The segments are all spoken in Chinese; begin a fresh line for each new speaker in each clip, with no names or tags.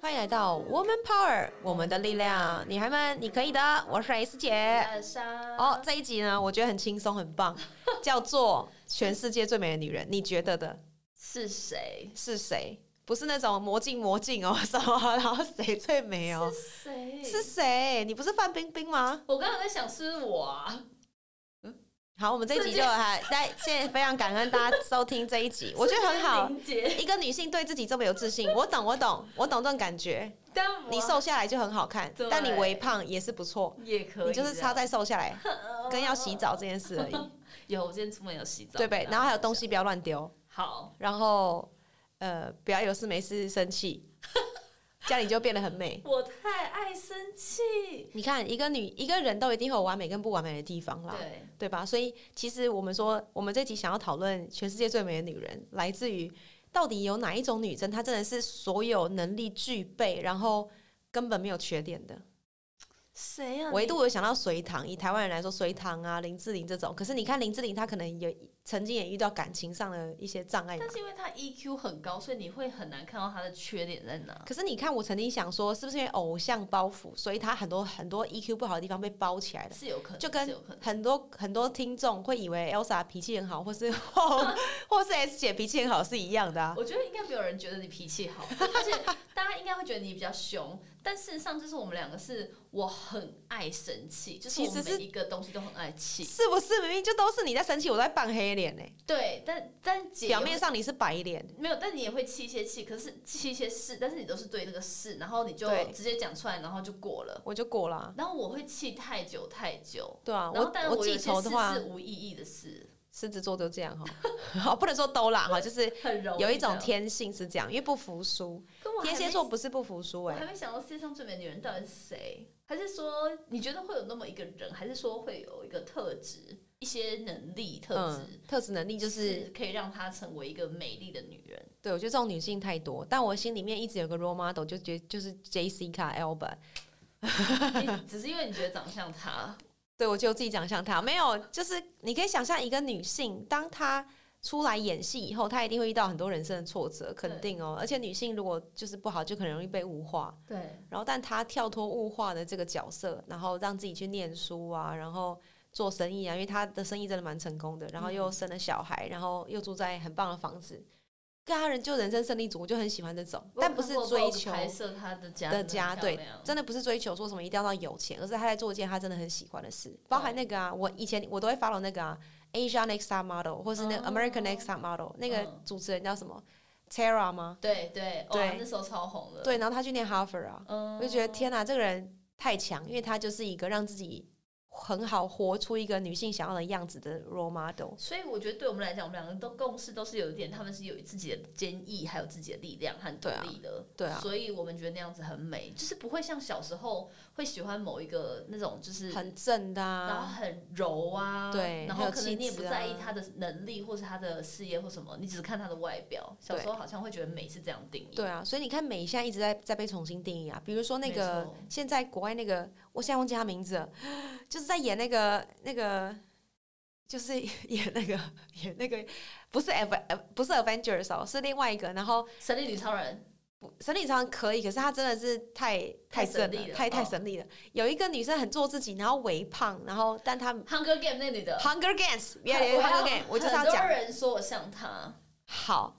欢迎来到 Woman Power，我们的力量，女孩们，你可以的。我是 S 姐。
二三
哦，这一集呢，我觉得很轻松，很 棒，叫做《全世界最美的女人》。你觉得的
是谁？
是谁？不是那种魔镜魔镜哦，什么，然后谁最美哦？
谁？
是谁？你不是范冰冰吗？
我刚刚在想是我啊，
好，我们这一集就还来，现在非常感恩大家收听这一集，我觉得很好
是。林杰，
一个女性对自己这么有自信，我懂，我懂，我懂这种感觉。
但我
你瘦下来就很好看，
对
但你微胖也是不错，
也可以，
你就是差在瘦下 来跟要洗澡这件事而已，
有，我今天出门有洗澡，啊
对不对？然后还有东西不要乱丢，
好，
然后呃，不要有事没事生 气，家里就变得很美。
我太爱生气，
你看，一个女一个人都一定会有完美跟不完美的地方啦，
对，
对吧？所以其实我们说，我们这集想要讨论全世界最美的女人，来自于到底有哪一种女生，她真的是所有能力具备，然后根本没有缺点的。
谁呀？
唯
你
独有想到隋唐，以台湾人来说，隋唐啊、林志玲这种。可是你看林志玲，她可能也曾经也遇到感情上的一些障碍嘛
但。是因为他 EQ 很高，所以你会很难看到他的缺点在哪。
可是你看，我曾经想说，是不是因为偶像包袱，所以她很多很多 EQ 不好的地方被包起来了？
是有可能，
就跟
是有可能，
很多很多听众会以为 Elsa 脾气很好，或是 或或是 S 姐脾气很好是一样的啊。
我觉得应该没有人觉得你脾气好，而且大家应该会觉得你比较凶，但事实上就是我们两个是我很爱生气，就是我
其实是
每一个东西都很爱气。
是不是明明就都是你在生气，我在扮黑脸呢、
对，但但姐
表面上你是白脸，
没有，但你也会气一些气，可是气一些事，但是你都是对那个事，然后你就
对
直接讲出来，然后就过了。
我就过了啊。
然后我会气太久太久，
对啊，
然后
我
但
我
有
记
一些
仇
事
的话
是，无意义的事，
狮子座都这样哈， 好不能说都啦哈，就是
很容易
有一种
的
天性是这样，因为不服输。
跟我还
天
没
蝎座不是不服输
我
哎、
还没想到世界上最美的女人到底是谁，还是说你觉得会有那么一个人，还是说会有一个特质、一些能力特质，
嗯，特质能力就是，
可以让她成为一个美丽的女人？
对我觉得这种女性太多，但我心里面一直有个 role model，就觉就是 J C 卡 Elba，
你只是因为你觉得长 相她，
对我就自己长相她没有，就是你可以想象一个女性，当她出来演戏以后，她一定会遇到很多人生的挫折，肯定哦。而且女性如果就是不好，就很容易被物化，
对，
然后但她跳脱物化的这个角色，然后让自己去念书啊，然后做生意啊，因为她的生意真的蛮成功的，然后又
嗯
生了小孩，然后又住在很棒的房子，跟她人就人生胜利组，我就很喜欢这种，但不是追求
拍摄她的家
的家，对
真的很漂亮，
真的不是追求说什么一定要到有钱，而是她在做一件她真的很喜欢的事，包含那个啊，我以前我都会 follow 那个啊，Asia Next Top Model 或是那个
哦
American Next Top Model 那个
嗯
主持人叫什么 Tara 吗？
对对，
对
哇，那时候超红的，，
对，然后她去念哈佛啊，
嗯
我就觉得天哪，这个人太强，因为他就是一个让自己很好活出一个女性想要的样子的 role model。
所以我觉得，对我们来讲，我们两个都共识都是有一点，他们是有自己的坚毅，还有自己的力量和独立的。
对啊对啊
所以我们觉得那样子很美，就是不会像小时候会喜欢某一个那种，就是
很正的、
然后
啊，
很柔啊，
对
然
很
后
有
可能你也
气
不
质啊
在意他的能力或是他的事业或什么，你只是看他的外表。小时候好像会觉得美是这样定义，
对啊，所以你看美现在一直在在被重新定义啊，比如说那个
没错
现在国外那个，我现在忘记他名字了， 就是在演那个那个。就是 演那个演那个，不是 a v 不是 Avengers 哦，是另外一个。然后
神力女超人，
神力常可以，可是她真的是太太
太
正
神力
了，
了
太太
哦
神力了。有一个女生很做自己，然后微胖，然后但 她
《Hunger Game》那女的，
Hunger Games，别别
我还
Hunger
有
Game，我就是要
很多
讲
人说我像她，
好，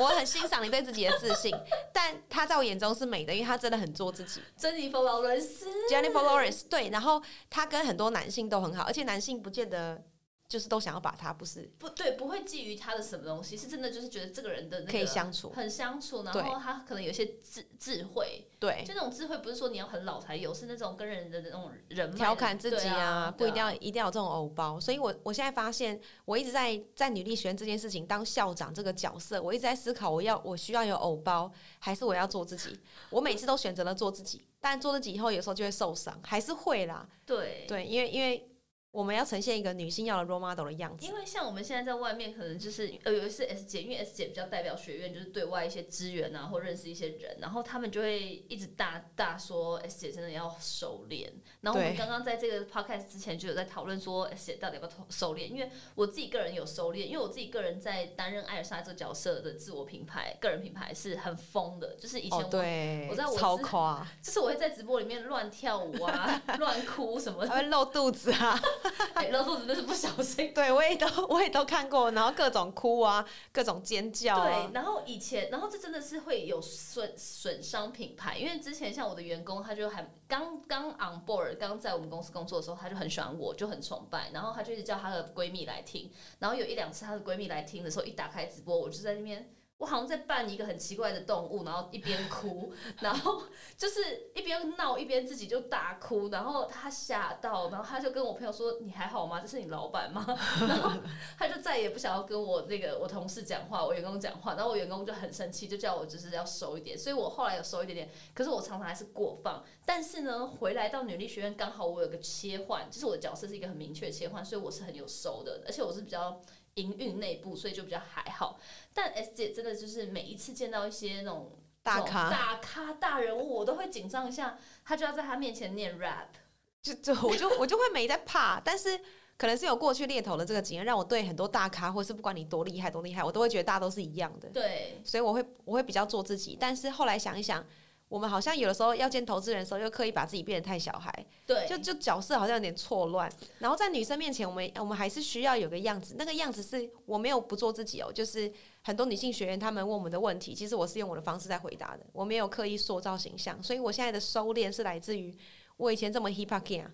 我很欣赏你对自己的自信，但她在我眼中是美的，因为她真的很做自己。
珍妮佛·劳伦斯，
Jennifer Lawrence 对，然后她跟很多男性都很好，而且男性不见得就是都想要把她，不是
不对，不会觊觎他的什么东西，是真的就是觉得这个人的那个
可以相处
很相处，然
对
后他可能有些智智慧，
对
就那种智慧不是说你要很老才有，是那种跟人的那种人脉的
调侃自己
对
啊，
啊，
不一定
对啊
要一定要有这种偶包。所以我我现在发现，我一直在在女力学院这件事情当校长这个角色，我一直在思考，我要我需要有偶包，还是我要做自己？我每次都选择了做自己，但做自己以后有时候就会受伤，还是会啦。
啊对。
对，因为因为我们要呈现一个女性要的 role model 的样子
因。为像我们现在在外面，可能就是呃，有一次 S 姐，因为 S 姐比较代表学院，就是对外一些资源啊，或认识一些人，然后他们就会一直大大说 S 姐真的要收敛。然后我们
对
刚刚在这个 podcast 之前就有在讨论说 S 姐到底要不要收敛，因为我自己个人有收敛，因为我自己个人在担任艾尔莎这个角色的自我品牌、个人品牌是很疯的，就是以前
哦
我，
对，
我在我
超
是
夸，
就是我会在直播里面乱跳 舞啊、乱哭什么
还会露肚子啊，
哎，老师我真的是不小心。
对我也都我也都看过，然后各种哭啊，各种尖叫啊
对，，然后以前，然后这真的是会有损损伤品牌，因为之前像我的员工，他就还刚刚 on board，刚在我们公司工作的时候，他就很喜欢我，就很崇拜，然后他就一直叫他的闺蜜来听，然后有一两次她的闺蜜来听的时候，一打开直播，我就在那边。我好像在扮一个很奇怪的动物，然后一边哭， 然后就是一边闹一边自己就大哭，然后他吓到，然后他就跟我朋友说：“你还好吗？这是你老板吗？”他就再也不想要跟我那个我同事讲话，我员工讲话，然后我员工就很生气，就叫我就是要收一点，所以我后来有收一点点，可是我常常还是过放。但是呢，回来到女力学院，刚好我有个切换，就是我的角色是一个很明确的切换，所以我是很有收的，而且我是比较营运内部，所以就比较还好。但 S 姐真的就是每一次见到一些那种
大
那种
咖，
大咖、大人物，我都会紧张一下，她就要在她面前念 rap。
就就我就我就会没在怕，但是可能是有过去猎头的这个经验，让我对很多大咖，或是不管你多厉害多厉害，我都会觉得大家都是一样的，
对，
所以我会我会比较做自己。但是后来想一想，我们好像有的时候要见投资人的时候，又刻意把自己变得太小孩，
对，
就就角色好像有点错乱。然后在女生面前，我们我们还是需要有个样子，那个样子是我没有不做自己哦，就是很多女性学员她们问我们的问题，其实我是用我的方式在回答的，我没有刻意塑造形象，所以我现在的收敛是来自于我以前这么 hip hop gang，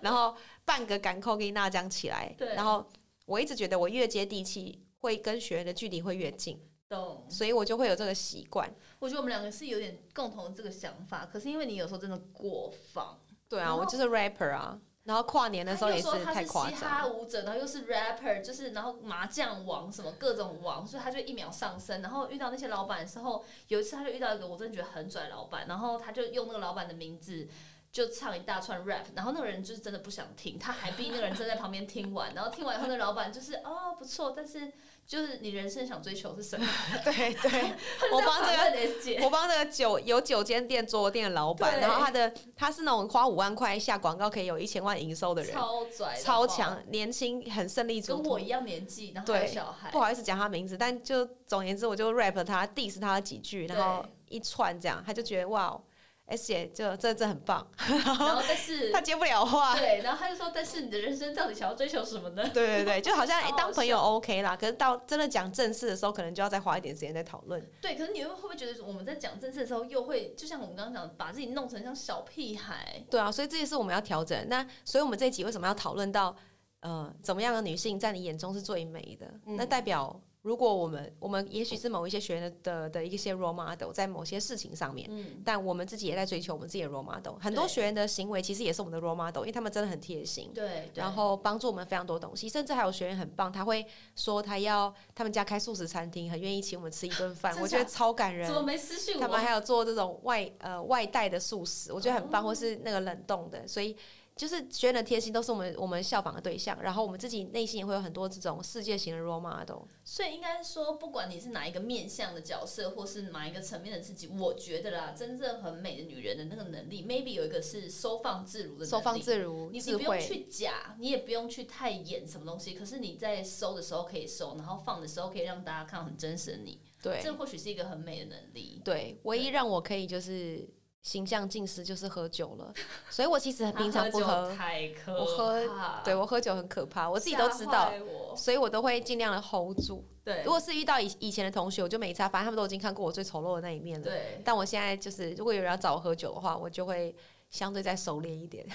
然后半个港口给那将起来，
对
然后我一直觉得我越接地气。会跟学员的距离会越近，
懂。
所以我就会有这个习惯。
我觉得我们两个是有点共同这个想法，可是因为你有时候真的过放，
对啊，
然后
我就是 rapper 啊，然后跨年的时候也
他又说他
太
是
夸
嘻
张。
哈舞者，然后又是 rapper，就是然后麻将王什么各种王，所以他就一秒上升。然后遇到那些老板的时候，有一次他就遇到一个我真的觉得很拽的老板，然后他就用那个老板的名字。就唱一大串 rap，然后那个人就是真的不想听，他还逼那个人站在旁边听完，然后听完以后，那老板就是哦不错，但是就是你人生想追求是什么？
对 对，我帮这个。
个 S 姐，
我帮这个酒有九间店桌游店的老板，
对
然后他的他是那种花五万块下广告可以有一千万营收的人，
超拽的
超
话，
强，年轻，很胜利
跟
组图。
我一样年纪，然后还有
对
小孩
不，好意思讲他名字，但就总而言之，我就 rap 他 diss 他几句，
对
然后一串这样，他就觉得哇，S 姐这这这很棒，
然后但 是
他接不了话。
对，然后他就说，但是你的人生到底想要追求什么呢？
对对对，就好像、
超
诶
好
当朋友 OK 啦，可是到真的讲正事的时候，可能就要再花一点时间再讨论。
对，可是你会不会觉得我们在讲正事的时候，又会就像我们刚刚讲的，把自己弄成像小屁孩？
对啊，所以这也是我们要调整。那所以我们这一集为什么要讨论到呃怎么样的女性在你眼中是最美的？
嗯
那代表如果我们我们也许是某一些学员的的的一些 role model 在某些事情上面。
嗯，
但我们自己也在追求我们自己的 role model，很多
对
学员的行为其实也是我们的 role model，因为他们真的很贴心，
对，对
然后帮助我们非常多东西，甚至还有学员很棒，他会说他要他们家开素食餐厅，很愿意请我们吃一顿饭，
真
我觉得
假
超感人。
怎么没私讯
他们
我？
还有做这种外呃外带的素食，我觉得很棒，
哦
或是那个冷冻的，所以就是学员的贴心都是我们我们效仿的对象，然后我们自己内心也会有很多这种世界型的 role model。
所以应该说，不管你是哪一个面向的角色，或是哪一个层面的自己，我觉得啦，真正很美的女人的那个能力，maybe 有一个是收放自如的能力。
收放自如，
你
智
你不用
慧，
去假，你也不用去太演什么东西，可是你在收的时候可以收，然后放的时候可以让大家看到很真实的你，
对
这或许是一个很美的能力。
对，唯一让我可以就是形象尽失就是喝酒了，所以我其实平常不
他
喝
啊酒，太可
我喝
怕
对，我喝酒很可怕，我自己都知道
吓，坏我
所以我都会尽量的 hold 住。
对
如果是遇到以以前的同学，我就没差，反正他们都已经看过我最丑陋的那一面了。
对，
但我现在就是，如果有人要找我喝酒的话，我就会相对再收敛一点。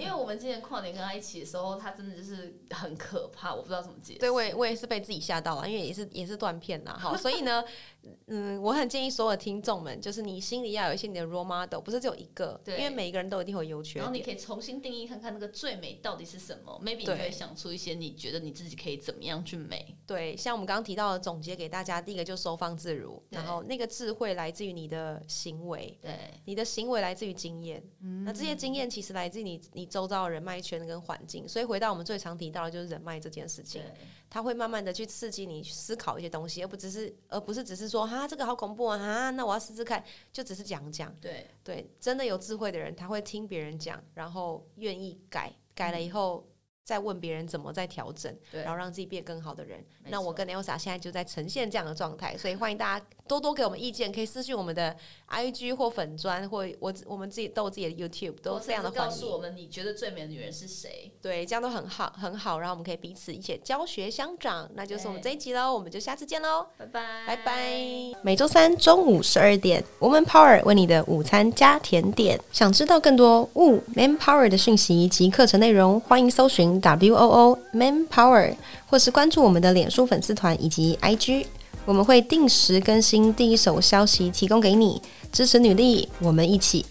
因为我们之前跨年跟他一起的时候，他真的就是很可怕，我不知道怎么解释。
啊对我也我也是被自己吓到了，因为也是也是断片啦。好，所以呢，嗯，我很建议所有听众们，就是你心里要有一些你的 role model，不是只有一个，因
对
为每一个人都一定会有优缺
然后
点。
你可以重新定义看看那个最美到底是什么，maybe 你就
对
会想出一些你觉得你自己可以怎么样去美。
对，像我们刚刚提到的总结给大家，第一个就是收放自如，
对
然后那个智慧来自于你的行为，
对，
你的行为来自于经验，那这些经验其实来自于你你周遭的人脉圈跟环境，所以回到我们最常提到的就是人脉这件事情
对，，
它会慢慢的去刺激你去思考一些东西，而不只是而不是只是说哈这个好恐怖啊，哈那我要试试看，就只是讲讲。
对，
对，真的有智慧的人，他会听别人讲，然后愿意改，改了以后再问别人怎么再调整，
对
然后让自己变更好的人。
没
那我
错
跟 Elsa 现在就在呈现这样的状态，所以欢迎大家多多给我们意见，可以私信我们的 IG 或粉砖，或我我们自己都有自己的 YouTube，都
或
非常的
甚至告
欢
诉
迎。
我们你觉得最美的女人是谁？
对，这样都很好，很好，然后我们可以彼此一起教学相长。那就是我们这一集喽，我们就下次见喽。
拜拜，
拜拜。每周三中午十二点，Woman Power 为你的午餐加甜点。想知道更多 Wo Man Power 的讯息及课程内容，欢迎搜寻 W O O Man Power，或是关注我们的脸书粉丝团以及 IG。我们会定时更新第一手消息，提供给你支持女力，我们一起。